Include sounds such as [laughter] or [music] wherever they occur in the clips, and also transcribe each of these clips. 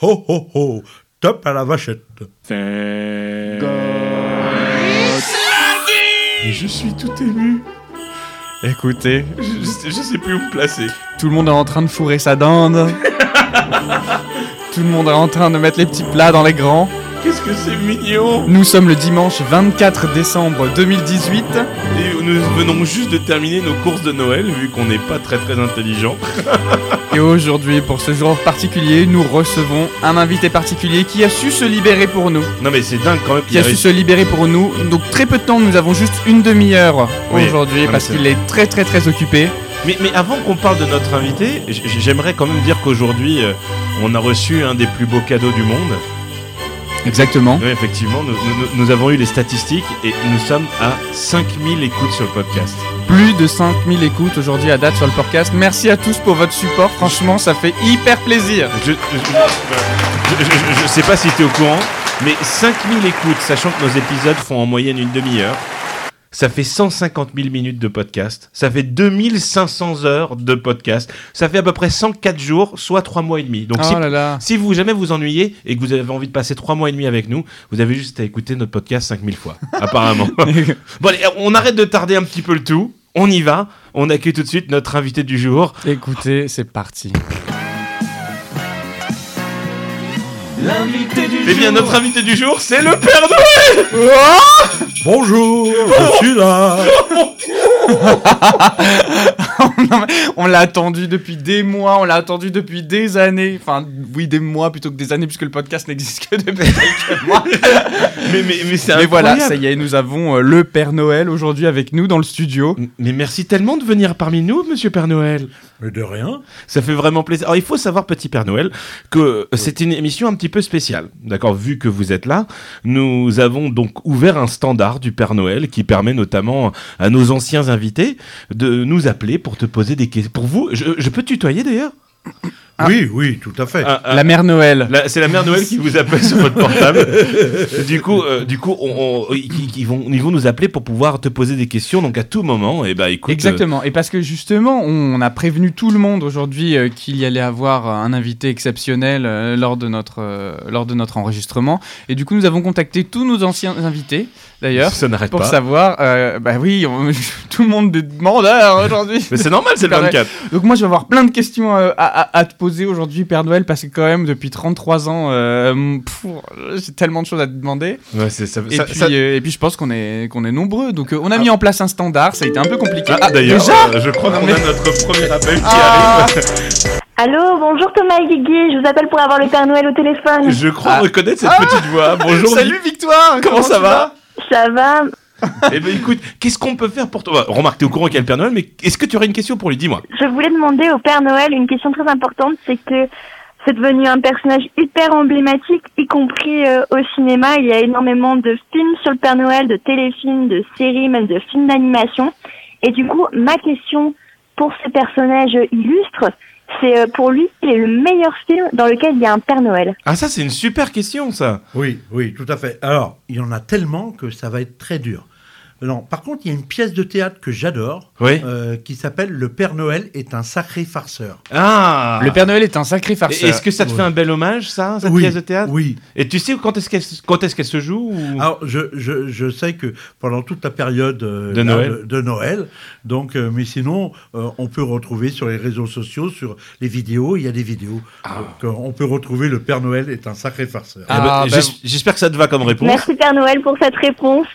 ho ho ho, top à la vachette. Et je suis tout ému. Écoutez, Je, je sais plus où me placer. tout le monde est en train de fourrer sa dinde. [laughs] tout le monde est en train de mettre les petits plats dans les grands. Qu'est-ce que c'est mignon Nous sommes le dimanche 24 décembre 2018. Et nous venons juste de terminer nos courses de Noël, vu qu'on n'est pas très très intelligent. Et aujourd'hui, pour ce jour particulier, nous recevons un invité particulier qui a su se libérer pour nous. Non mais c'est dingue quand même Qui qu'il a a su réussi. se libérer pour nous. Donc très peu de temps, nous avons juste une demi-heure Oui, aujourd'hui non, mais parce c'est qu'il est très très très occupé. Mais, mais avant qu'on parle de notre invité, j- j- j'aimerais quand même dire qu'aujourd'hui, euh, on a reçu un des plus beaux cadeaux du monde. Exactement. Oui, effectivement, nous, nous- nous- nous avons eu les statistiques et nous sommes à 5000 écoutes sur le podcast. Plus de 5000 écoutes aujourd'hui à date sur le podcast. Merci à tous pour votre support. Franchement, ça fait hyper plaisir. Je, je, je- je- je- je sais pas si tu es au courant, mais 5000 écoutes, sachant que nos épisodes font en moyenne une demi-heure, ça fait 150 000 minutes de podcast, ça fait 2500 heures de podcast, ça fait à peu près 104 jours, soit 3 mois et demi. Donc si, oh là là. si vous jamais vous ennuyez et que vous avez envie de passer 3 mois et demi avec nous, vous avez juste à écouter notre podcast 5000 fois, apparemment. bon allez, on arrête de tarder un petit peu le tout, on y va, on accueille tout de suite notre invité du jour, Écoutez, c'est parti. Eh bien, notre invité du jour, c'est le Père Noël Bonjour, Oh je suis là. On l'a attendu depuis des mois, on l'a attendu depuis des années. Enfin, oui, des mois plutôt que des années, puisque le podcast [laughs] n'existe que depuis quelques mois. Mais, mais, mais c'est Mais voilà, incroyable. ça y est, nous avons euh, le Père Noël aujourd'hui avec nous dans le studio. Mais merci tellement de venir parmi nous, Monsieur Père Noël. Mais de rien. Ça fait vraiment plaisir. Alors, il faut savoir, petit Père Noël, que c'est une émission un petit peu spéciale. D'accord Vu que vous êtes là, nous avons donc ouvert un standard du Père Noël qui permet notamment à nos anciens invités de nous appeler pour te poser des questions. Pour vous, je, je peux tutoyer d'ailleurs Ah. Oui, oui, tout à fait. Ah, ah, La Mère Noël. Là, c'est la mère Noël qui vous appelle sur votre [laughs] portable. du coup, euh, du coup, on, on- ils, ils vont, ils vont nous appeler pour pouvoir te poser des questions. Donc à tout moment, et ben écoute, Exactement. Et parce que justement, on a prévenu tout le monde aujourd'hui euh, qu'il y allait avoir euh, un invité exceptionnel euh, lors, de notre, euh, lors de notre enregistrement. Et du coup, nous avons contacté tous nos anciens invités, euh, d'ailleurs, ça n'arrête pour pas. savoir. euh, bah oui, on- [laughs] tout le monde est demandeur [laughs] aujourd'hui. Mais c'est normal, c'est le Père Noël. 24. Donc moi je vais avoir plein de questions euh, à, à- à te poser aujourd'hui Père Noël parce que quand même depuis 33 ans euh, pff, j'ai tellement de choses à te demander Ouais, c'est ça. et, ça- puis, ça- euh, et puis je pense qu'on est, qu'on est nombreux donc euh, on a mis en place un standard ça a été un peu compliqué Ah, d'ailleurs, déjà euh, je crois Non, qu'on mais- a notre premier appel qui [laughs] Ah. arrive. Allô, bonjour Thomas et Guigui, je vous appelle pour avoir le Père Noël au téléphone. Je crois Ah. reconnaître cette petite voix. Bonjour. Salut Victoire Comment ça tu va Ça va Eh ben écoute, qu'est-ce qu'on peut faire pour toi Bah, Remarque, t'es au courant qu'il y a le Père Noël, mais est-ce que tu aurais une question pour lui Dis-moi. Je voulais demander au Père Noël une question très importante, c'est que c'est devenu un personnage hyper emblématique, y compris euh, au cinéma. Il y a énormément de films sur le Père Noël, de téléfilms, de séries, même de films d'animation. Et du coup, ma question pour ce personnage illustre, c'est euh, pour lui, quel est le meilleur film dans lequel il y a un Père Noël Ah ça, c'est une super question, ça. Oui, oui, tout à fait. Alors, il y en a tellement que ça va être très dur. Non, par contre, il y a une pièce de théâtre que j'adore Oui. euh, qui s'appelle Le Père Noël est un sacré farceur. Ah. Le Père Noël est un sacré Et farceur Est-ce que ça te Ouais. fait un bel hommage, ça, cette oui, pièce de théâtre Oui. Et tu sais quand est-ce qu'elle quand est-ce qu'elle se joue ou- Alors, je, je, je sais que pendant toute la période euh, De là, Noël. de, de Noël, donc, euh, mais sinon, euh, on peut retrouver sur les réseaux sociaux, sur les vidéos, il y a des vidéos. Ah. Donc, euh, on peut retrouver Le Père Noël est un sacré farceur. Eh ben, Ah, bah- j'es- J'espère que ça te va comme réponse. Merci Père Noël pour cette réponse.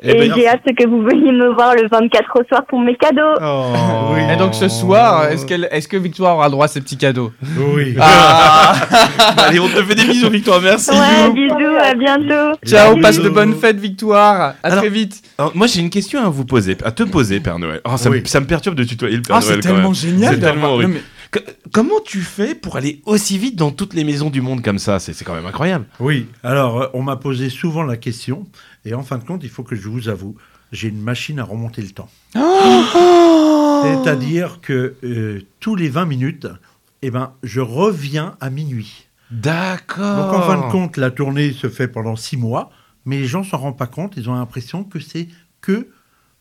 Eh et ben, j'ai hâte que vous veniez me voir le 24 au soir pour mes cadeaux. Oh. Et donc ce soir, est-ce qu'elle- est-ce que Victoire aura droit à ses petits cadeaux Oui. Ah, [laughs] Allez, on te fait des bisous, Victoire. Merci. Ouais, bisous, à bientôt. Ciao, Bisous. passe de bonnes fêtes Victoire À Alors, très vite Alors, moi, j'ai une question à vous poser, à te poser, Père Noël. Ah, ça, me- Oui. ça me perturbe de tutoyer le Père Ah, c'est Noël. quand tellement même. génial C'est d'avoir- tellement Non, horrible. mais- Que- comment tu fais pour aller aussi vite dans toutes les maisons du monde comme ça C'est c'est quand même incroyable. Oui. Alors, euh, on m'a posé souvent la question, et en fin de compte, il faut que je vous avoue, j'ai une machine à remonter le temps. Oh C'est-à-dire que euh, tous les 20 minutes, eh ben, je reviens à minuit. D'accord. Donc en Oh. fin de compte, la tournée se fait pendant six mois, mais les gens s'en rendent pas compte, ils ont l'impression que c'est que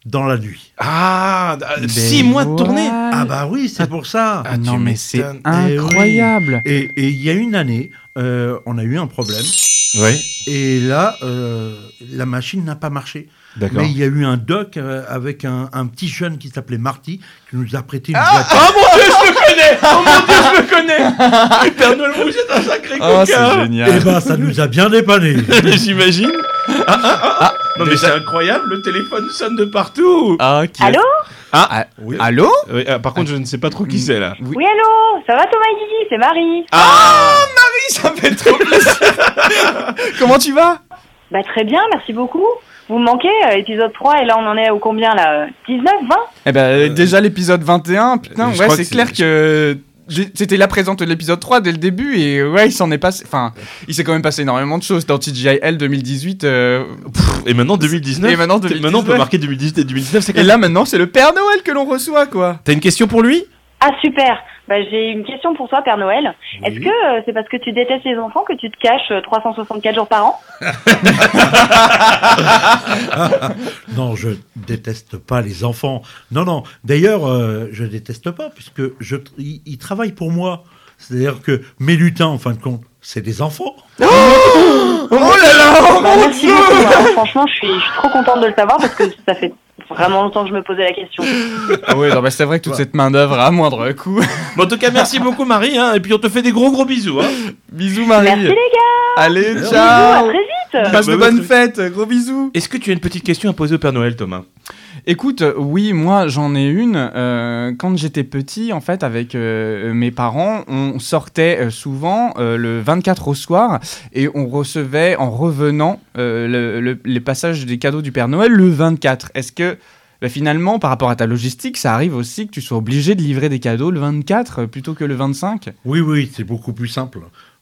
dans la nuit. Ah, d- six mois de tournée Ah bah oui, c'est pour ça. Ah, non tu mais c'est m'étonnes. Eh oui. incroyable. Et et il y a une année, euh, on a eu un problème. Oui, Et là, euh, la machine n'a pas marché. d'accord. Mais il y a eu un doc euh, avec un, un petit jeune qui s'appelait Marty qui nous a prêté une voiture. Ah mon dieu, je le connais Oh mon dieu, je le [laughs] connais Le Père Noël Rouge est un sacré Oh, Ah, c'est coquin Et génial. bah, ça nous a [laughs] bien dépanné. Eh ben, J'imagine Ah, ah, ah, ah. Non mais c'est incroyable, le téléphone sonne de partout Ah, qui- Allô Ah, Oui. Allô Oui, ah, Par contre, je ne sais pas trop qui c'est là. Oui, allô Ça va Thomas et Guigui C'est Marie. Ah Oui, ça fait trop plaisir. [laughs] Comment tu vas Bah très bien, merci beaucoup. Vous me manquez, euh, épisode 3, et là on en est au combien là euh, 19, 20 Eh ben déjà l'épisode 21, putain, euh, je ouais, crois c'est que clair c'est- que j'ai- c'était la présente de l'épisode 3 dès le début et ouais, il s'en est passé enfin, il s'est quand même passé énormément de choses dans TGIL 2018 euh, Et maintenant 2019 et maintenant Maintenant, on 2019. peut marquer 2018 et 2019, c'est et quand là maintenant, c'est le Père Noël que l'on reçoit quoi. T'as une question pour lui Ah super Bah j'ai une question pour toi Père Noël. Est-ce que euh, c'est parce que tu détestes les enfants que tu te caches euh, 364 jours par an Non, je déteste pas les enfants. Non, non. D'ailleurs, euh, je déteste pas puisque je, ils, ils travaillent pour moi. C'est-à-dire que mes lutins, en fin de compte, c'est des enfants. Oh là là Bah, Merci beaucoup, hein. franchement je suis, je suis trop contente de le savoir parce que ça fait vraiment longtemps que je me posais la question. Ah ouais, non, bah, c'est vrai que toute cette main d'œuvre à moindre coût. [laughs] Bon, en tout cas, merci beaucoup Marie, hein, et puis on te fait des gros gros bisous. Hein. Bisous Marie. Merci les gars, Allez, Bisous, à ciao. très vite Passe de Bah, ouais, bonnes fêtes, gros bisous. Est-ce que tu as une petite question à poser au Père Noël, Thomas Écoute, euh, oui, moi j'en ai une. Euh, quand j'étais petit, en fait, avec euh, mes parents, on sortait euh, souvent euh, le 24 au soir et on recevait en revenant euh, le- le- les passages des cadeaux du Père Noël le 24. Est-ce que bah, finalement, par rapport à ta logistique, ça arrive aussi que tu sois obligé de livrer des cadeaux le 24 euh, plutôt que le 25 Oui, oui, c'est beaucoup plus simple.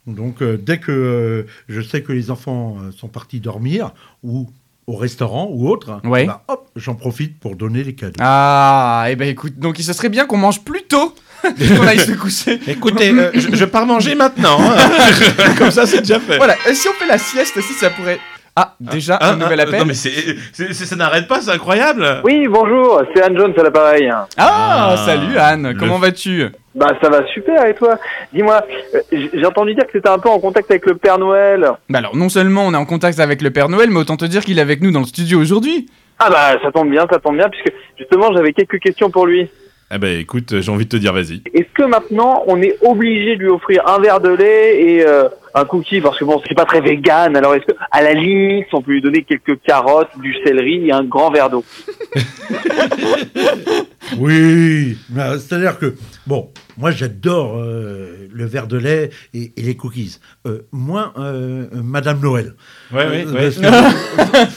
Donc, euh, dès que euh, je sais que les enfants euh, sont partis dormir ou au restaurant ou autre, Ouais. bah, hop, j'en profite pour donner les cadeaux. [laughs] Ah, et ben écoute, donc ce serait bien qu'on mange plus tôt qu'on aille se coucher. Écoutez, euh, je, je pars manger maintenant. hein. [laughs] Comme ça, c'est déjà fait. Voilà, et si on fait la sieste aussi, ça pourrait. Ah, déjà, Hein, un nouvel hein, appel. Non, mais c'est, c'est- c'est- ça n'arrête pas, c'est incroyable. Oui, bonjour, c'est Anne Jones à l'appareil. Ah, Ah, salut Anne, le- comment vas-tu Bah ça va super et toi Dis-moi, euh, j- j'ai entendu dire que t'étais un peu en contact avec le Père Noël. Bah alors non seulement on est en contact avec le Père Noël, mais autant te dire qu'il est avec nous dans le studio aujourd'hui. Ah bah ça tombe bien, ça tombe bien puisque justement j'avais quelques questions pour lui. Eh ben, écoute, euh, j'ai envie de te dire, vas-y. Est-ce que maintenant on est obligé de lui offrir un verre de lait et euh, un cookie parce que bon c'est pas très vegan alors est-ce que à la limite on peut lui donner quelques carottes, du céleri et un grand verre d'eau Oui, mais, euh, c'est-à-dire que, bon, moi j'adore euh, le verre de lait et, et les cookies. Euh, moins euh, Madame Noël. Ouais, ouais, Euh, ouais. parce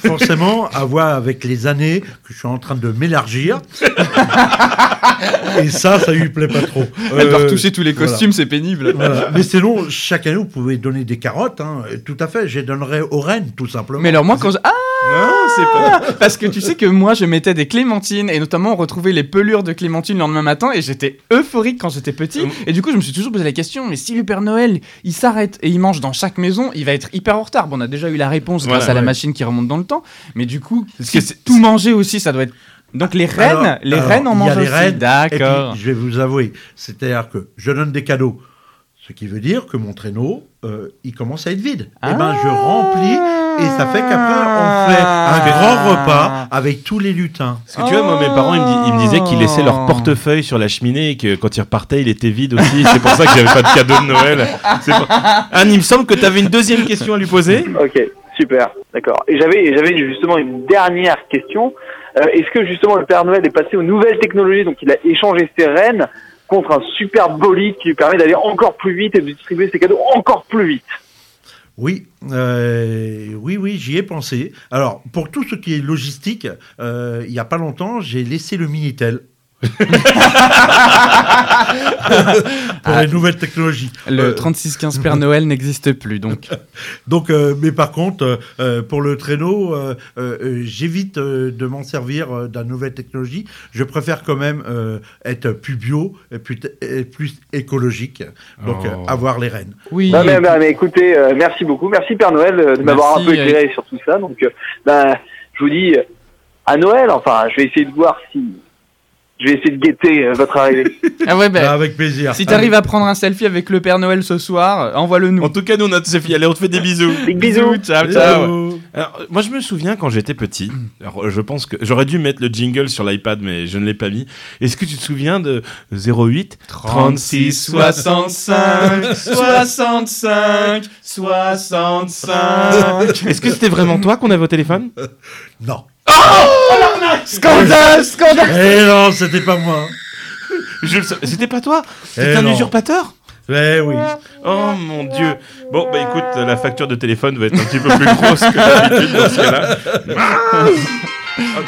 que, [laughs] forcément, à voir avec les années que je suis en train de m'élargir. [laughs] et ça, ça lui plaît pas trop. Elle doit Euh, retoucher tous les voilà. costumes, c'est pénible. Voilà. Mais sinon, chaque année, vous pouvez donner des carottes. hein. Tout à fait, je les donnerai aux rennes, tout simplement. Hein Mais alors moi quand je... Ah Non, c'est pas. Parce que tu sais que moi je mettais des clémentines et notamment on retrouvait les pelures de clémentines le lendemain matin et j'étais euphorique quand j'étais petit Euh, Hum. et du coup je me suis toujours posé la question mais si le Père Noël il s'arrête et il mange dans chaque maison il va être hyper en retard. Bon on a déjà eu la réponse Voilà, grâce à la ouais. machine qui remonte dans le temps mais du coup Parce si que c'est- tout manger aussi ça doit être... Donc les reines, Alors, les alors, reines en il y a mangent les aussi. reines, Et D'accord. puis, je vais vous avouer, c'est-à-dire que je donne des cadeaux, ce qui veut dire que mon traîneau, euh, il commence à être vide. Eh ben, je remplis et ça fait qu'après, Ah. on fait un grand repas avec tous les lutins. Parce que tu vois, moi, mes parents, ils me, di- ils me disaient qu'ils laissaient leur portefeuille sur la cheminée et que quand ils repartaient, il était vide aussi. C'est pour ça que j'avais pas de cadeau de Noël. C'est pour- Anne, il me semble que t'avais une deuxième question à lui poser. Ok, super, d'accord. Et j'avais et j'avais justement une dernière question. Euh, Est-ce que justement le Père Noël est passé aux nouvelles technologies, donc il a échangé ses rennes contre un super bolide qui lui permet d'aller encore plus vite et de distribuer ses cadeaux encore plus vite Oui, euh, oui, oui, j'y ai pensé. Alors, pour tout ce qui est logistique, euh, il n'y a pas longtemps, j'ai laissé le Minitel. [laughs] pour les nouvelles technologies. Ah. Le Euh, 3615 Père Noël n'existe plus, donc. Donc, euh, mais par contre, euh, euh, pour le traîneau, euh, euh, euh, j'évite euh, de m'en servir euh, d'une nouvelle technologie. Je préfère quand même euh, être plus bio et plus, et plus écologique. Donc, Oh. euh, avoir les rênes. Oui. Bah, bah, bah, mais écoutez, euh, merci beaucoup. Merci Père Noël euh, de m'avoir un Merci, peu éclairé sur tout ça. Donc, euh, bah, je vous dis euh, à Noël. Enfin, je vais essayer de voir si. Je vais essayer de guetter euh, votre arrivée. Ah ouais, Ah, ben, avec plaisir. si t'arrives à prendre un selfie avec le Père Noël ce soir, euh, envoie-le Oh, nous. En tout cas, nous, on a tous ces filles. Allez, on te fait des bisous. Big bisous. ciao, Ah ciao. Ciao. Alors, moi, je me souviens quand j'étais petit. Alors, je pense que j'aurais dû mettre le jingle sur l'iPad, mais je ne l'ai pas mis. Est-ce que tu te souviens de 08 [laughs] 65, 65. Est-ce que c'était vraiment toi qu'on avait au téléphone Non. Scandale, scandale. Eh non, c'était pas moi. Je le sais- C'était pas toi C'était Eh un non. usurpateur Eh oui. Oh mon dieu Bon, bah écoute, la facture de téléphone va être un petit peu plus grosse que d'habitude dans ce cas-là. [laughs] Ah,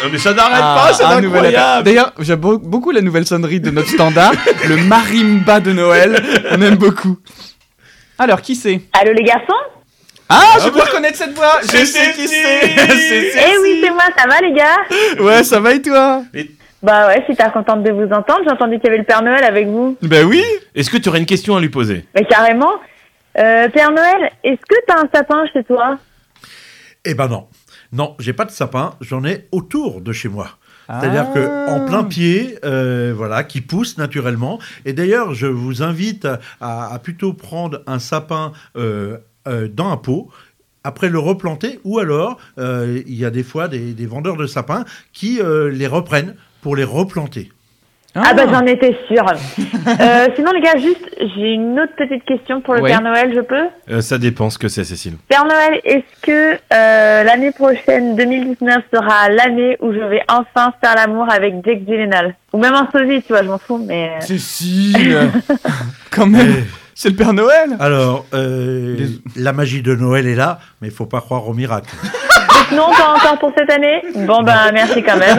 non, mais ça n'arrête pas, c'est Ah, un nouvel appel. incroyable D'ailleurs, j'aime beau- beaucoup la nouvelle sonnerie de notre standard, [laughs] le marimba de Noël. On aime beaucoup. Alors, qui c'est Allô les garçons Ah, je peux reconnaître cette voix. Je C'est sais qui Cécile. [laughs] c'est. C'est Eh oui, Cécile. c'est moi, ça va les gars Ouais, ça va et toi Bah ouais, super contente de vous entendre. J'ai entendu qu'il y avait le Père Noël avec vous. Bah oui. Est-ce que tu aurais une question à lui poser Mais carrément. Euh, Père Noël, est-ce que t'as un sapin chez toi Eh ben non. Non, j'ai pas de sapin, j'en ai autour de chez moi. C'est-à-dire que Ah. en plein pied, euh, voilà, qui pousse naturellement. Et d'ailleurs, je vous invite à, à plutôt prendre un sapin euh, euh, dans un pot. Après le replanter, ou alors euh, il y a des fois des, des vendeurs de sapins qui euh, les reprennent pour les replanter. Ah, bah j'en étais sûre. [laughs] Euh, sinon les gars, juste, j'ai une autre petite question pour le Ouais. Père Noël, je peux Euh, Ça dépend ce que c'est, Cécile. Père Noël, est-ce que euh, l'année prochaine, 2019, sera l'année où je vais enfin faire l'amour avec Jake Gyllenhaal Ou même un sosie, tu vois, je m'en fous, mais... euh, Cécile. Quand même. Et- C'est le Père Noël. Eh, alors, euh, la magie de Noël est là, mais il faut pas croire au miracle. donc [laughs] euh, non, pas encore pour cette année Bon ben, merci quand même.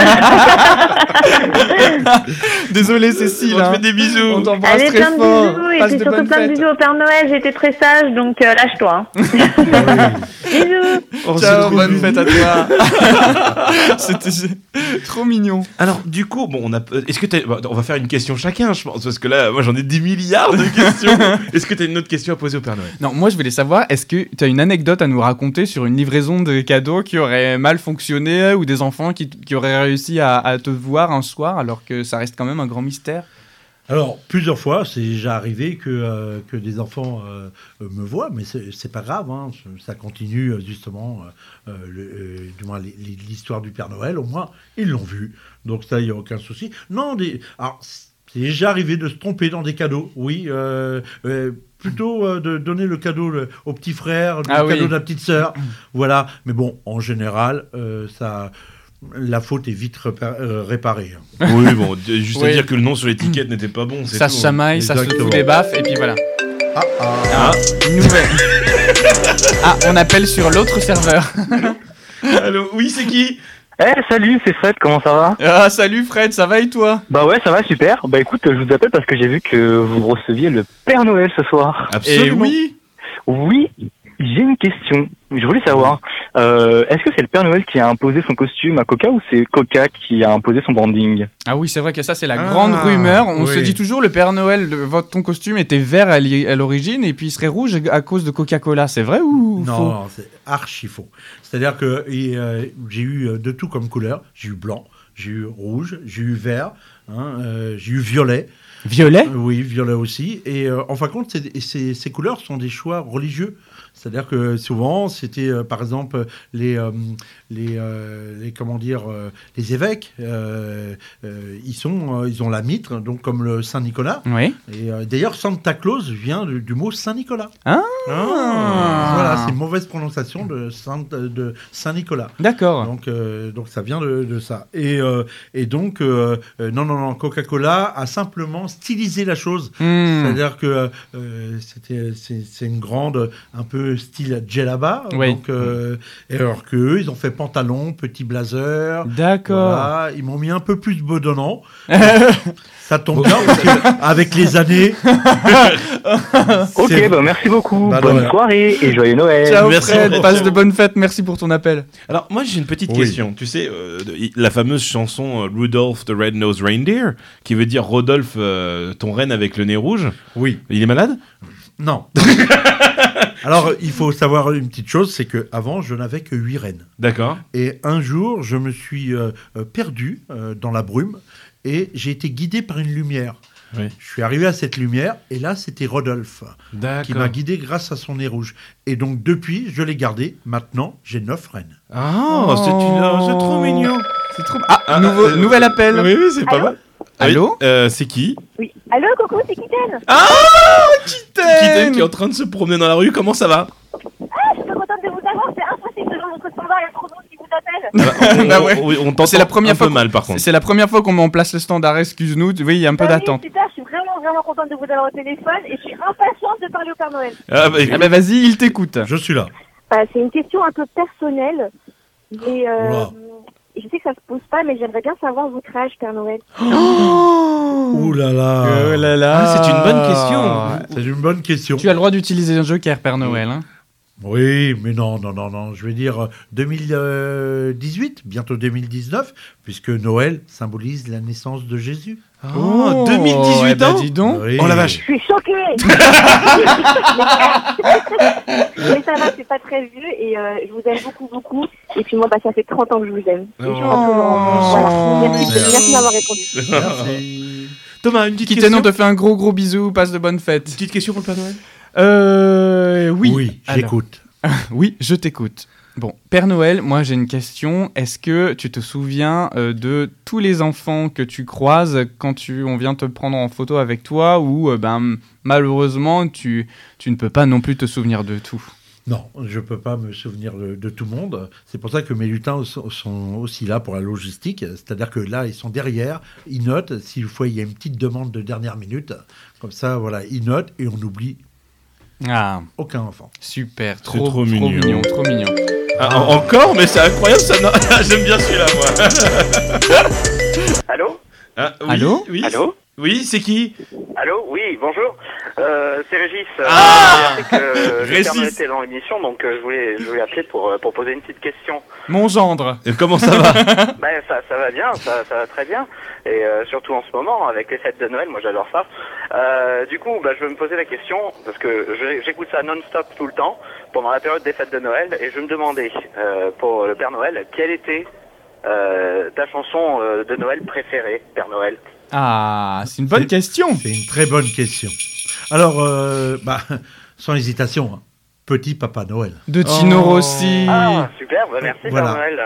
Désolé, Cécile. On te hein. fait des bisous. [laughs] On t'embrasse Allez, très plein de fort. bisous, et Passe puis de surtout bonnes plein de fêtes. bisous au Père Noël, j'ai été très sage, donc euh, [laughs] lâche-toi. hein. [laughs] bisous On se Ciao, retrouve bonne une- fête à toi. C'était trop mignon. [laughs] Alors, du coup, bon, on a. euh, Est-ce que t'as- bah, On va faire une question chacun, je pense, parce que là, moi, j'en ai 10 milliards de [laughs] questions. Est-ce que t'as une autre question à poser au Père Noël Non, moi je voulais savoir, est-ce que tu as une anecdote à nous raconter sur une livraison de cadeaux qui aurait mal fonctionné ou des enfants qui, qui auraient réussi à, à te voir un soir alors que ça reste quand même un grand mystère Alors, plusieurs fois, c'est déjà arrivé que, euh, que des enfants euh, euh, me voient, mais c'est c'est pas grave, hein, c- ça continue euh, justement, euh, euh, le- euh, du moins les- les- l'histoire du Père Noël, au moins, ils l'ont vu, donc ça, il n'y a aucun souci. Non, des, alors, c'est déjà arrivé de se tromper dans des cadeaux, oui, euh, euh, plutôt euh, de donner le cadeau le- au petit frère, le Ah oui. cadeau de la petite sœur, voilà, mais bon, en général, euh, ça... La faute est vite repa- euh, réparée. hein. Oui, bon, d- juste à Oui. dire que le nom sur l'étiquette n'était pas bon. c'est Ça tout, se hein. chamaille, ça se Exactement. fout des baffes et puis voilà. Ah, ah. Nouvelle. ah, on appelle sur l'autre serveur. Allô, oui, c'est qui [laughs] Eh salut, c'est Fred, comment ça va Ah, salut Fred, ça va et toi Bah ouais, ça va, super. Bah écoute, je vous appelle parce que j'ai vu que vous receviez le Père Noël ce soir. Absolument. Eh oui Oui, j'ai une question. Je voulais savoir, euh, est-ce que c'est le Père Noël qui a imposé son costume à Coca ou c'est Coca qui a imposé son branding Ah oui, c'est vrai que ça, c'est la Ah, grande rumeur. On se oui. dit toujours, le Père Noël, le- votre, ton costume était vert à l'i- à l'origine et puis il serait rouge à cause de Coca-Cola. C'est vrai ou Non, faux non, c'est archi faux. C'est-à-dire que et, euh, j'ai eu euh, de tout comme couleur. J'ai eu blanc, j'ai eu rouge, j'ai eu vert, hein, euh, j'ai eu violet. Violet Euh, Oui, violet aussi. Et euh, en fin de compte, c'est- c'est- ces couleurs sont des choix religieux. C'est-à-dire que souvent, c'était euh, par exemple les, euh, les, euh, les comment dire euh, les évêques. euh, euh, ils sont euh, ils ont la mitre, donc comme le Saint Nicolas. Oui. Et euh, d'ailleurs, Santa Claus vient du, du mot Saint Nicolas. Ah. Voilà, c'est une mauvaise prononciation de Saint de Saint Nicolas. D'accord. Donc, euh, donc ça vient de, de ça. Et, euh, et donc, euh, euh, non, non, non, Coca-Cola a simplement stylisé la chose. Hmm. C'est-à-dire que euh, c'était- c'est c'est une grande, un peu style djellaba. Oui. Donc, euh, et alors qu'eux, ils ont fait pantalon, petit blazer. D'accord. Voilà, ils m'ont mis un peu plus bedonnant. Ça tombe bien, parce que avec les années. Ok, c'est- bah merci beaucoup. Bah, de Bonne rien. soirée et joyeux [laughs] Noël. Ciao Merci, Fred, Fred. passe de bonnes fêtes, merci pour ton appel. Alors, moi, j'ai une petite Oui. question. Tu sais, euh, de- i- la fameuse chanson euh, Rudolph the Red-Nosed Reindeer, qui veut dire Rodolphe, euh, ton renne avec le nez rouge, Oui. il est malade Non. Alors, il faut savoir une petite chose, c'est que avant, je n'avais que 8 rennes. D'accord. Et un jour, je me suis euh, euh, perdu euh, dans la brume et j'ai été guidé par une lumière. Oui. Je suis arrivé à cette lumière et là, c'était Rodolphe qui m'a D'accord. guidé grâce à son nez rouge. Et donc, depuis, je l'ai gardé. Maintenant, j'ai 9 rennes. Ah, c'est une- oh, c'est trop mignon. C'est trop. Ah, Ah, nouveau- euh, nouvel appel. Oui, oui, c'est pas Allô mal. Ah oui, Allô euh, C'est qui Oui. Allô, coucou, c'est Kitten Kitten qui est en train de se promener dans la rue. Comment ça va Ah, Je suis trop contente de vous avoir, c'est impossible selon votre standard, il y a trop de monde qui vous appelle. On- [laughs] Bah ouais. on- oui, On t'entend. C'est la première un fois peu qu'on- mal par contre. C'est la première fois qu'on met en place le standard, excuse-nous. Tu- Oui, il y a un peu Ah oui, d'attente. super, je suis vraiment, vraiment contente de vous avoir au téléphone et je suis impatiente de parler au Père Noël. Ah, bah, Ah bah vas-y, il t'écoute. Je suis là. Euh, c'est une question un peu personnelle, mais euh, Oula. je sais que ça se pose pas, mais j'aimerais bien savoir votre âge, Père Noël. Ouh là là. Oh là là. Ah, c'est une bonne question. C'est une bonne question. Tu as le droit d'utiliser un joker, Père Noël. hein. Oui, mais non, non, non, non. Je vais dire euh, 2018, bientôt 2019, puisque Noël symbolise la naissance de Jésus. Oh, 2018 Ah. eh bah, ans dis donc. Oui. Oh la vache. Je suis choquée Mais ça va, c'est pas très vieux et euh, je vous aime beaucoup, beaucoup. Et puis moi, bah, ça fait 30 ans que je vous aime. Et je suis un peu en- voilà. Merci, merci d'avoir répondu. Merci. Thomas, une petite Kitten, on te fait un gros gros bisou, passe de bonnes fêtes. petite question pour le Père Noël Euh, oui. Oui, Ah, Alors. j'écoute. Oui, je t'écoute. Bon, Père Noël, moi j'ai une question. Est-ce que tu te souviens euh, de tous les enfants que tu croises quand tu, on vient te prendre en photo avec toi ou euh, ben, malheureusement tu, tu ne peux pas non plus te souvenir de tout Non, je peux pas me souvenir de, de tout le monde. C'est pour ça que mes lutins so- sont aussi là pour la logistique. C'est-à-dire que là, ils sont derrière, ils notent. S'il faut, il y a une petite demande de dernière minute. Comme ça, voilà, ils notent et on n'oublie Ah, aucun enfant. super, trop, trop trop mignon. mignon. trop mignon. Ah, Encore Mais c'est incroyable ça. non [laughs] J'aime bien celui-là, moi. Allô Ah, oui, Allô Oui, Allô oui c'est qui Allô Oui, bonjour. Euh, c'est Régis. Euh, Ah c'est que le Régis. Père Noël était dans l'émission, donc euh, je voulais, je voulais appeler pour, euh, pour poser une petite question. Mon gendre. Euh, Comment ça va bah, ça, ça va bien, ça, ça va très bien. Et euh, surtout en ce moment, avec les fêtes de Noël, moi j'adore ça. Euh, du coup, bah, je vais me poser la question, parce que je- j'écoute ça non-stop tout le temps, pendant la période des fêtes de Noël, et je me demandais, euh, pour le Père Noël, quelle était euh, ta chanson euh, de Noël préférée, Père Noël Ah, c'est une bonne C'est- question. C'est une très bonne question. Alors, euh, bah, [laughs] sans hésitation, hein, petit Papa Noël. De Tino Oh. Rossi. Ah, super, bah, merci Voilà. Père Noël.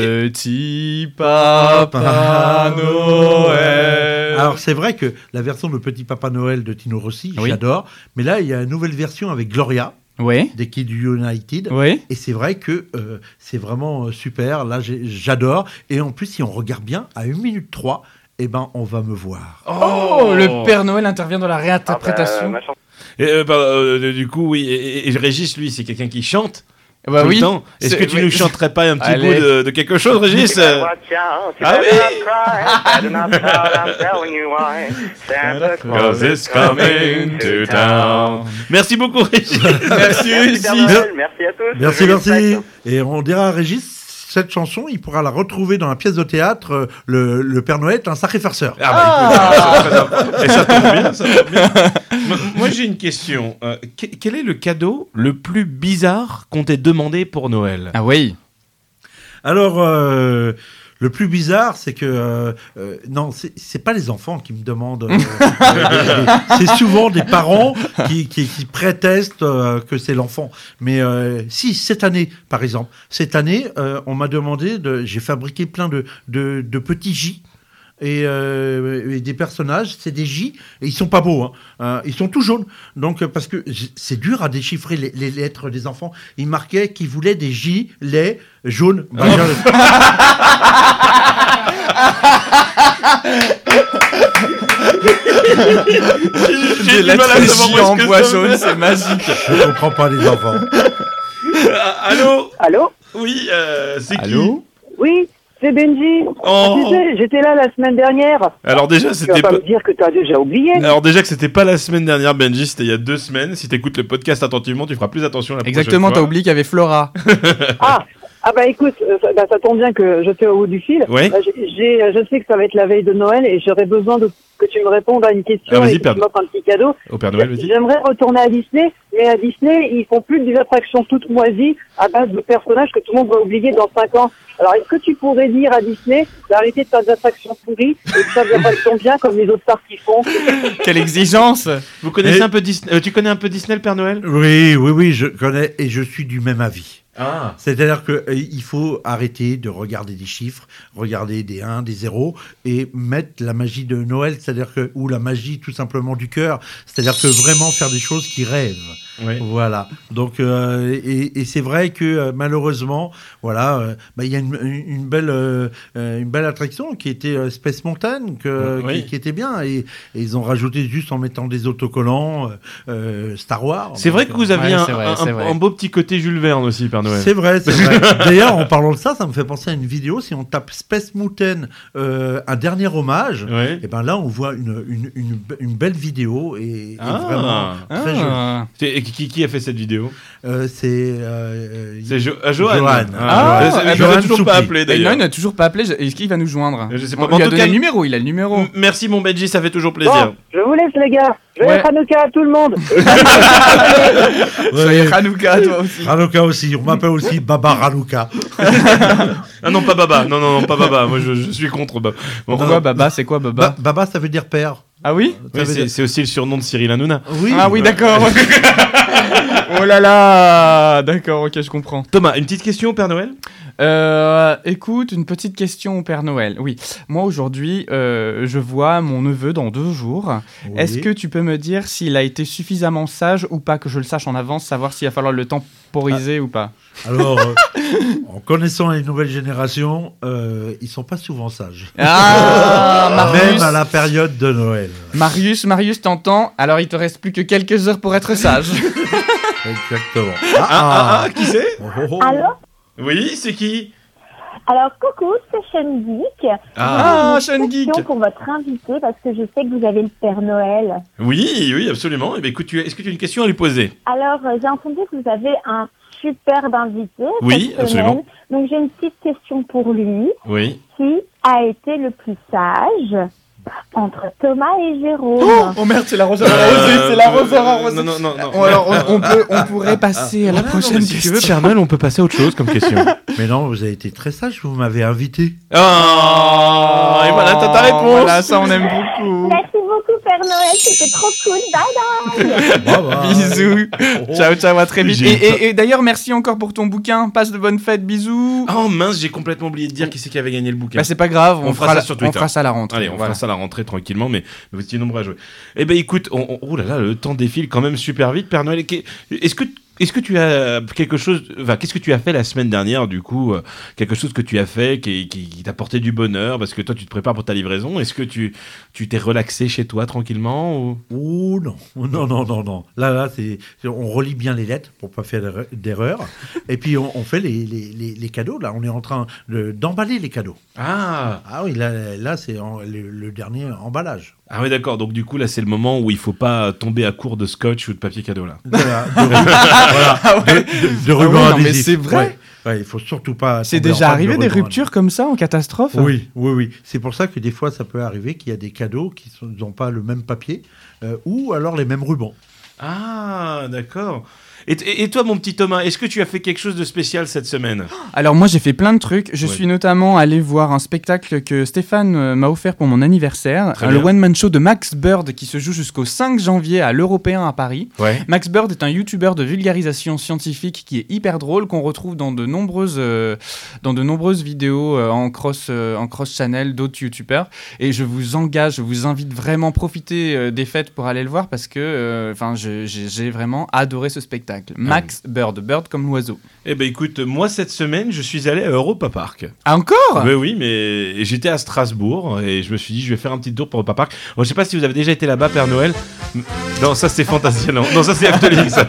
Petit papa Noël. Alors c'est vrai que la version de Petit Papa Noël de Tino Rossi, Oui. j'adore. Mais là, il y a une nouvelle version avec Gloria Oui, des Kids United. oui. Et c'est vrai que euh, c'est vraiment euh, super. Là, j'ai- j'adore. Et en plus, si on regarde bien, à 1 minute 3, eh ben, on va me voir. Oh, le Père Noël intervient dans la Ah, bah, réinterprétation. ma chanson Et, euh, bah, euh, Du coup, oui. Et, et- et Régis, lui, c'est quelqu'un qui chante Ah bah tout oui. le temps. Est-ce que C'est- tu oui. nous chanterais pas un petit Allez. bout de, de quelque chose, Régis Euh, Ah Ah oui. Cause it's coming to town. [laughs] Merci beaucoup, Régis. Merci, Lucie. Merci ben, à tous. Merci, Joyeuses merci. fêtes. Et on dira à Régis. Cette chanson, il pourra la retrouver dans la pièce de théâtre euh, le, le Père Noël est un sacré farceur. Ah bah, écoute, ça, ça, ça, et ça tombe bien, ça tombe bien. [laughs] Moi, moi, j'ai une question. Euh, que- quel est le cadeau le plus bizarre qu'on t'ait demandé pour [laughs] Noël Ah oui. Alors, euh, le plus bizarre, c'est que euh, euh, non, c'est c'est pas les enfants qui me demandent. euh, euh, c'est souvent des parents qui, qui, qui prétestent euh, que c'est l'enfant. Mais euh, si cette année, par exemple, cette année, euh, on m'a demandé de, j'ai fabriqué plein de de, de petits J. Et, euh, et des personnages, c'est des J, et ils sont pas beaux, hein. Euh, ils sont tout jaunes. Donc, euh, parce que j- c'est dur à déchiffrer les, les lettres des enfants. Ils marquaient qu'ils voulaient des J, les jaunes. Bah, j'en- J'ai Des du mal à lettres savoir J où est-ce en que bois ça jaune, va. c'est magique. Je comprends pas les enfants. Ah, [laughs] Allô Allô Oui, euh, c'est qui Allô Oui, c'est Benji. Tu Oh sais, j'étais là la semaine dernière. Alors déjà, Tu vas c'était pas pas... me dire que tu as déjà oublié. [laughs] Alors déjà que c'était pas la semaine dernière, Benji, c'était il y a deux semaines. Si t'écoutes le podcast attentivement, tu feras plus attention la prochaine Exactement, [laughs] fois. t'as oublié qu'il y avait Flora. Ah, Ah bah écoute, euh, ça, bah, ça tombe bien que je suis au bout du fil. Ouais. Bah, j'ai- j'ai- euh, je sais que ça va être la veille de Noël et j'aurais besoin de, que tu me répondes à une question Ah, vas-y, et que tu pardon. m'offres un petit cadeau. Au Père Noël, vas-y. J'aimerais retourner à Disney, mais à Disney, ils font plus des attractions toutes moisies à base de personnages que tout le monde va oublier dans 5 ans. Alors est-ce que tu pourrais dire à Disney d'arrêter de faire des attractions pourries et de faire des attractions bien comme les autres parcs qui font Quelle exigence Vous connaissez Et- un peu Disney euh, Tu connais un peu Disney, le Père Noël Oui, oui, oui, je connais et je suis du même avis. Ah. C'est-à-dire que euh, il faut arrêter de regarder des chiffres, regarder des 1, des 0 et mettre la magie de Noël, c'est-à-dire que ou la magie tout simplement du cœur, c'est-à-dire que vraiment faire des choses qui rêvent. Voilà. Donc euh, et, et c'est vrai que euh, malheureusement, voilà, euh, bah, il y a une, une- une belle euh, euh, une belle attraction qui était euh, Space Mountain que, Oui. qui, qui était bien et, et ils ont rajouté juste en mettant des autocollants euh, euh, Star Wars. C'est vrai que Donc, vous aviez Ouais, un, c'est vrai, un- c'est un- vrai. un beau petit côté Jules Verne aussi, Père Noël. C'est vrai, c'est vrai. D'ailleurs, en parlant de ça, ça me fait penser à une vidéo. Si on tape Space Mountain, euh, un dernier hommage, Ouais. et ben là, on voit une, une, une, be- une belle vidéo et, et Ah. vraiment très jolie. Ah. C'est- et qui, qui a fait cette vidéo Euh, c'est euh, euh, C'est Jo- ah, Johan. Johan. Ah, Johan. eh je l'ai ben, toujours pas Soupli. appelé Et Euh, non, d'ailleurs. il n'a toujours pas appelé. je- Est-ce qu'il va nous joindre Je sais pas. hein. On Mais en lui a tout donné cas- le numéro, il a le numéro. M- Merci mon Benji, ça fait toujours plaisir. Bon, je vous laisse les gars. Je Ouais. laisse Hanouka à tout le monde. ouais. Hanouka, [laughs] toi aussi. Hanouka aussi, on m'appelle aussi Baba Hanouka. Ah non, pas Baba. Non, non, non, pas Baba. Moi, je, je suis contre Baba. [laughs] Bon, Pourquoi Baba C'est quoi Baba Ba- Baba, ça veut dire père. Ah oui Ça oui, veut c'est dire- c'est aussi le surnom de Cyril Hanouna. Oui. Ah oui, d'accord. [laughs] oh là là D'accord, ok, je comprends. Thomas, une petite question, Père Noël Euh, écoute, une petite question au Père Noël. Oui, moi aujourd'hui, euh, je vois mon neveu dans deux jours. Oui. Est-ce que tu peux me dire s'il a été suffisamment sage ou pas, que je le sache en avance, savoir s'il va falloir le temporiser ou pas Alors, euh, en connaissant les nouvelles générations, euh, ils sont pas souvent sages. [laughs] Ah, Même Marius, à la période de Noël. Marius, Marius, t'entends Alors il te reste plus que quelques heures pour être sage. Exactement. Ah, Ah, ah, qui c'est ah. Oh, oh, oh. Allô Oui, c'est qui Alors coucou, c'est Sean Geek. Ah, Sean Geek Question pour votre invité parce que je sais que vous avez le Père Noël. Oui, oui, absolument. Eh bien, écoute, tu as- est-ce que tu as une question à lui poser Alors euh, j'ai entendu que vous avez un superbe invité. Oui, cette semaine. absolument. Donc j'ai une petite question pour lui. Oui. Qui a été le plus sage entre Thomas et Jérôme [laughs] Oh merde, c'est la roseur Euh, c'est la euh, roseur Non, non, non, non. Bon, alors, on, on peut, on pourrait passer Ah. à la prochaine si tu veux. Père Noël, on peut passer à autre chose comme question. [laughs] Mais non, vous avez été très sage, vous m'avez invité. Oh. Ah, et voilà, t'as ta réponse. Voilà, ça on aime beaucoup. Merci beaucoup Père Noël, c'était trop cool. Bye [laughs] Bravo. [laughs] Bisous. Oh. Ciao, ciao, à très vite. Ah, Et, J'ai- et- et d'ailleurs, merci encore pour ton bouquin. Passe de bonnes fêtes, bisous. Oh mince, j'ai complètement oublié de dire qui c'est qui avait gagné le bouquin. Bah, c'est pas grave, on, On fera ça la- sur Twitter. On fera ça à la rentrée. Allez, on voilà. fera ça à la rentrée tranquillement, mais mais vous étiez nombreux à jouer. Eh ben écoute, on, on- oh là là, le temps défile quand même super vite. Père Noël, qu'est- est-ce que est-ce que tu as quelque chose Enfin, qu'est-ce que tu as fait la semaine dernière du coup euh, Quelque chose que tu as fait qui, qui, qui t'a porté du bonheur Parce que toi, tu te prépares pour ta livraison. Est-ce que tu tu t'es relaxé chez toi tranquillement ou Oh non, non, non, non, non. Là, là, c'est, on relit bien les lettres pour pas faire d'erre- d'erreur. Et puis on, on fait les, les, les, les cadeaux. Là, on est en train de- d'emballer les cadeaux. Ah Ah oui, là, là, c'est en- le, le dernier emballage. ah oui d'accord. Donc du coup là, c'est le moment où il faut pas tomber à court de scotch ou de papier cadeau là. [laughs] De, la- de, voilà, de- de- de ruban Ah oui, non, mais adhésif. c'est vrai. Ouais, ouais, il faut surtout pas. C'est tomber en déjà panne de arrivé des ruban. ruptures comme ça en catastrophe Oui, oui, oui. C'est pour ça que des fois, ça peut arriver qu'il y a des cadeaux qui sont- n'ont pas le même papier euh, ou alors les mêmes rubans. Ah, d'accord. Et, et- et toi, mon petit Thomas, est-ce que tu as fait quelque chose de spécial cette semaine Alors moi j'ai fait plein de trucs. Je Ouais. suis notamment allé voir un spectacle que Stéphane euh, m'a offert pour mon anniversaire. Très Euh, le bien. One Man Show de Max Bird qui se joue jusqu'au 5 janvier à l'Européen à Paris. Ouais. Max Bird est un youtubeur de vulgarisation scientifique qui est hyper drôle, qu'on retrouve dans de nombreuses, euh, dans de nombreuses vidéos euh, en cross, euh, en cross channel d'autres youtubeurs. Et je vous engage, je vous invite vraiment profiter euh, des fêtes pour aller le voir parce que, euh, enfin, je- j'ai j'ai vraiment adoré ce spectacle. Ah Max Bird, Bird comme l'oiseau. Eh ben écoute, moi cette semaine, je suis allé à Europa Park. Ah, encore Ben oui, mais j'étais à Strasbourg et je me suis dit, je vais faire un petit tour pour Europa Park. Bon, je sais pas si vous avez déjà été là-bas, Père Noël. Non, ça c'est Fantasyland. Non, ça c'est Efteling. ça.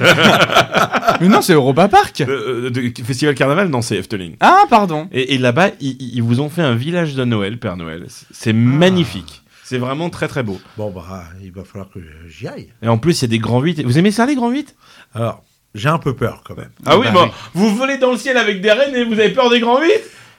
Mais non, c'est Europa Park. Euh, euh, de- Festival Carnaval, non, c'est Efteling. Ah, pardon. Et, et là-bas, ils, ils- ils vous ont fait un village de Noël, Père Noël. C'est- Ah. C'est magnifique. C'est vraiment très très beau. Bon, bah, il va falloir que j'y aille. Et en plus, il y a des grands 8. Vous aimez ça, les grands 8 Alors, j'ai un peu peur quand même. Ah oui, Bah bon, oui. vous volez dans le ciel avec des rennes et vous avez peur des grands vies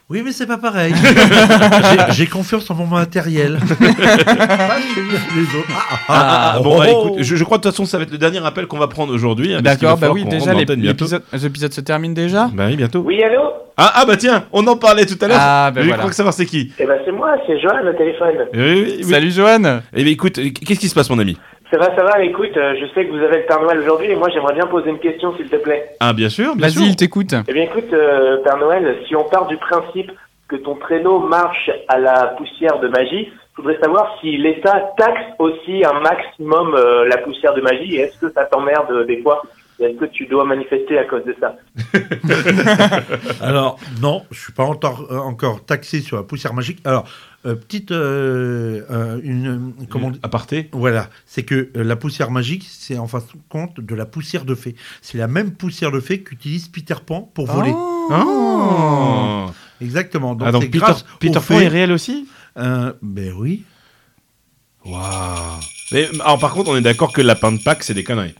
Oui, mais c'est pas pareil. [laughs] J'ai- J'ai confiance en mon matériel. Pas chez les autres. Ah, ah, ah, bon, oh, bah, oh. écoute, je, je crois de toute façon ça va être le dernier appel qu'on va prendre aujourd'hui. hein, parce qu'il D'accord, va bah falloir oui, qu'on déjà, rentre les- l'antenne bientôt. l'épisode l'épisode se termine déjà Bah oui, bientôt. Oui, allô Ah, ah, bah tiens, on en parlait tout à l'heure. Ah, bah je voilà. crois que savoir c'est qui. Eh ben, c'est moi, c'est Joanne au téléphone. Oui, oui, oui. Salut Johan Eh bien, écoute, euh, qu'est-ce qui se passe, mon ami Ça va, ça va, écoute, euh, je sais que vous avez le Père Noël aujourd'hui et moi j'aimerais bien poser une question s'il te plaît. Ah, bien sûr, bien Vas-y, sûr. il t'écoute. Eh bien écoute, euh, Père Noël, si on part du principe que ton traîneau marche à la poussière de magie, je voudrais savoir si l'État taxe aussi un maximum euh, la poussière de magie et est-ce que ça t'emmerde euh, des fois Et Est-ce que tu dois manifester à cause de ça Alors, non, je suis pas encore, euh, encore taxé sur la poussière magique. Alors, euh, petite. euh, euh, une, euh, comment on dit Aparté. Voilà, c'est que euh, la poussière magique, c'est en fin de compte de la poussière de fée. C'est la même poussière de fée qu'utilise Peter Pan pour Ah. voler. Oh. Exactement. Donc, Ah, donc c'est Peter, grâce Peter aux Pan fées. est réel aussi Euh, ben oui. Waouh. Mais, Alors, par contre, on est d'accord que le lapin de Pâques, c'est des conneries.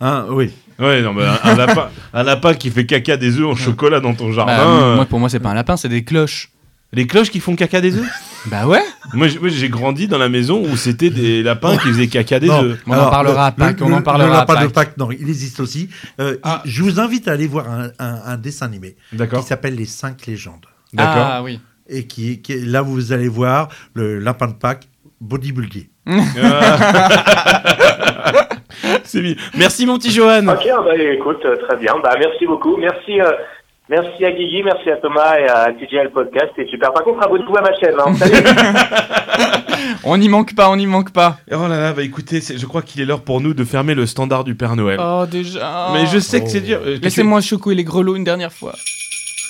Hein, oui. Ouais, non, mais un, un [laughs] lapin, un lapin qui fait caca des œufs en chocolat dans ton jardin. Bah, euh, moi, pour moi, c'est pas un lapin, c'est des cloches. Les cloches qui font caca des œufs Bah ouais [laughs] Moi, j'ai- moi, j'ai grandi dans la maison où c'était des lapins qui faisaient caca des Non. œufs. On en parlera à Pâques, on en parlera Le à lapin de Pâques. Pâques, non, il existe aussi. Euh, Ah. Je vous invite à aller voir un, un- un dessin animé [laughs] qui D'accord. s'appelle Les Cinq Légendes. D'accord. Ah oui. Et qui, qui- là, vous allez voir le lapin de Pâques bodybuildé. Ah. C'est bien. Merci mon petit Johan. Ok, ah bah écoute, euh, très bien, bah merci beaucoup, merci... euh, Merci à Guigui, merci à Thomas et à TGL Podcast. C'est super. Par contre, abonnez-vous à ma chaîne. Hein. Salut On n'y manque pas, on n'y manque pas. Oh là là, bah écoutez, c'est- je crois qu'il est l'heure pour nous de fermer le standard du Père Noël. Oh, déjà. Euh. Mais je sais que c'est Oh. dur. Euh, Laissez-moi secouer les grelots une dernière fois.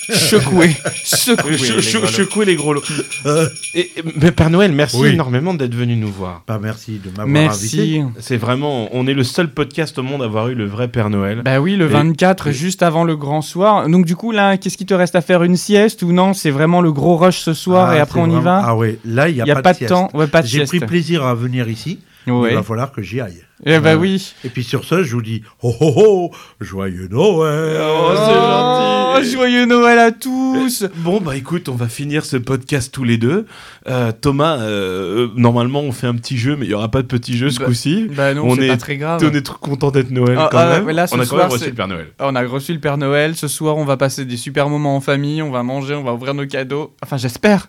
[laughs] Secouer, secouer. Euh, chou- les chou- grelots. Secouer les gros lots. Euh, Et, et- mais Père Noël, merci Oui. énormément d'être venu nous voir. bah, merci de m'avoir invité. Merci. C'est vraiment, on est le seul podcast au monde à avoir eu le vrai Père Noël. Bah oui, le Et- 24, et- juste avant le grand soir. Donc du coup, là, qu'est-ce qui te reste à faire Une sieste ou non C'est vraiment le gros rush ce soir Ah, et après on c'est y vraiment- va Ah oui, là, il n'y Il a, n'y a, pas de sieste. temps. Ouais, Ah, pas de J'ai sieste. pris plaisir à venir ici. Ouais. Il va falloir que j'y aille. Eh bah oui. Et puis sur ce, je vous dis, oh oh oh, joyeux Noël Oh, c'est gentil. Oh, Joyeux Noël à tous Bon bah écoute, on va finir ce podcast tous les deux. Euh, Thomas, euh, euh, normalement on fait un petit jeu, mais il y aura pas de petit jeu ce Bah, coup-ci. Bah non, On c'est est pas très grave. On est trop content d'être Noël Ah, quand ah, même. mais là, ce on a quand soir, même reçu c'est- le Père Noël. On a reçu le Père Noël. Ce soir, on va passer des super moments en famille. On va manger, on va ouvrir nos cadeaux. Enfin, j'espère.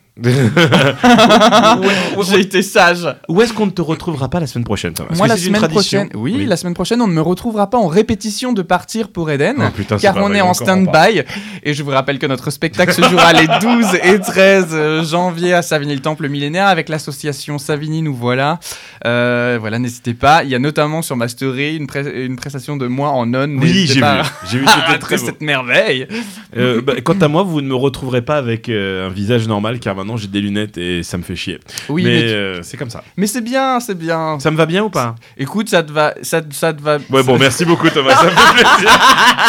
J'ai été sage. Où est-ce qu'on ne te retrouvera pas la semaine prochaine Thomas Est-ce Moi, que la c'est une semaine tradition prochaine. Oui, la semaine prochaine, on ne me retrouvera pas en répétition de partir pour Eden. Oh, putain, c'est car pas on vrai, est en encore, on part. stand-by. Et je vous rappelle que notre spectacle se jouera les 12 et 13 janvier à Savigny-le-Temple millénaire avec l'association Savigny Nous Voilà. Euh, voilà, n'hésitez pas. Il y a notamment sur ma story une, pré- une prestation de moi en non. Oui, N'hésitez j'ai pas vu. J'ai vu, à [laughs] c'était rater très beau. cette merveille. Euh, bah, quant à moi, vous ne me retrouverez pas avec euh, un visage normal car maintenant j'ai des lunettes et ça me fait chier. Oui, mais mais, tu- euh, c'est comme ça. mais c'est bien, c'est bien. Ça me va bien ou pas Écoute, ça te va, ça, te- ça te va. Ouais, bon, merci beaucoup Thomas, ça me fait plaisir.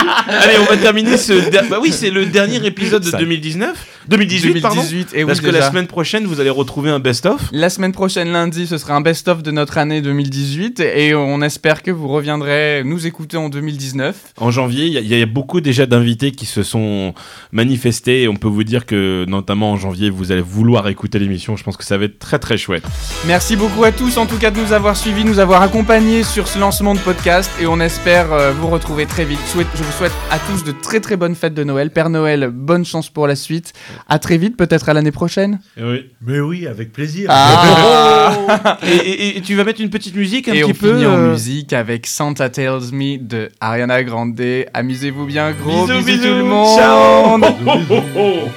[laughs] Allez, on va terminer ce. [laughs] der- Bah oui, c'est le dernier épisode de Ça- 2019 2018, pardon. 2018, et eh oui, Parce que déjà. la semaine prochaine, vous allez retrouver un best-of. La semaine prochaine, lundi, ce sera un best-of de notre année 2018 et on espère que vous reviendrez nous écouter en 2019. En janvier, il y a- il y, a beaucoup déjà d'invités qui se sont manifestés. Et on peut vous dire que, notamment en janvier, vous allez vouloir écouter l'émission. Je pense que ça va être très très chouette. Merci beaucoup à tous en tout cas de nous avoir suivis, nous avoir accompagnés sur ce lancement de podcast et on espère euh, vous retrouver très vite. Souhaite- je vous souhaite à tous de très très bonnes fêtes de Noël. Père Noël, bonne chance pour la suite. À très vite, peut-être à l'année prochaine. Oui. Mais oui, avec plaisir Ah. [laughs] Et, et- et tu vas mettre une petite musique un et petit on peu. finit en euh, musique avec Santa Tells Me de Ariana Grande. Amusez-vous bien, gros Bisous, bisous, bisous, tout le monde. ciao.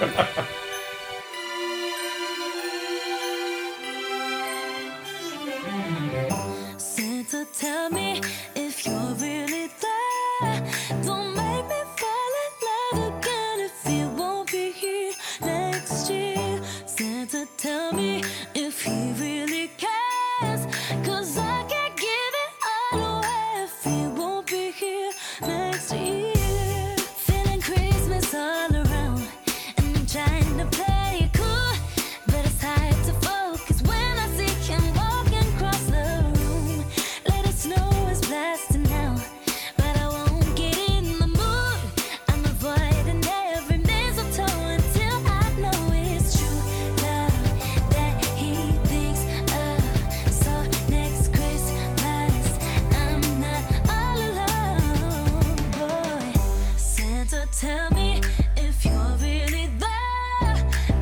Santa, tell me if you're really there. Don't make me fall in love again if you won't be here next year. Santa, tell me if he really cares. Cause I can't give it all away if he won't be here next year. Feeling Christmas all around. And I'm trying Tell me if you're really there.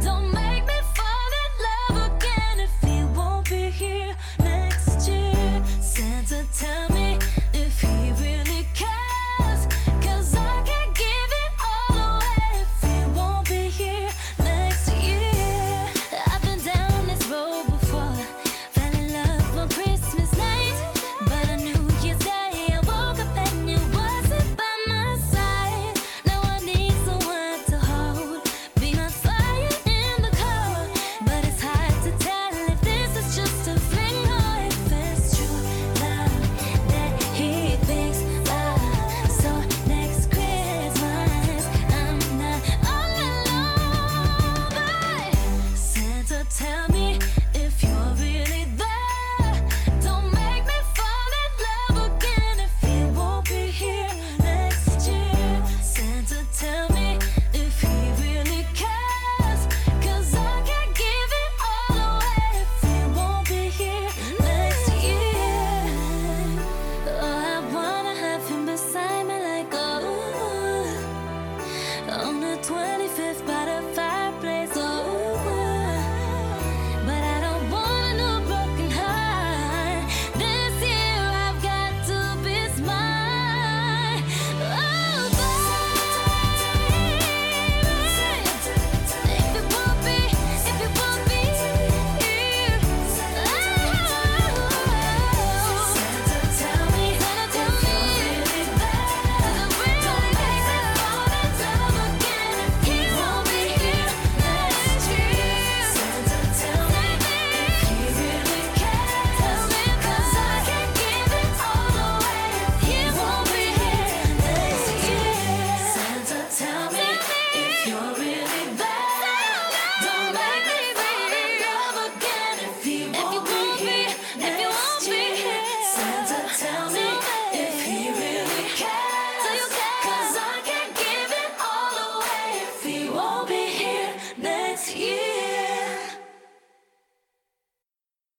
Don't make me fall in love again if he won't be here next year. Santa, tell me if he really cares. Cause I can't give it all away if he won't be here next year. I've been down this road before. Fell in love on Christmas night. But on New Year's Day, I woke up and you wasn't by my side. Now I need someone to hold. Be my fire in the cold. But it's hard to tell if this is just a fling or if it's true love that he thinks of. So next Christmas, I'm not all alone. But Santa, tell me if you're really there. Don't make me fall in love again if he won't be here next year. Santa, tell me if he really cares. Cause I can't give it all away if he won't be here next year. Oh, I wanna have him beside me like oh. On the 25th by the fireplace, oh. But I don't want a new broken heart. This year I've got to be smart. Oh, baby. If it won't be, if it won't be here, oh. Santa, tell me, tell me. Tell me if you're really bad. Don't make me fall in love again if he won't be here next year. Santa, tell me if he really cares. 'Cause I can't give it all away if he won't be here next year.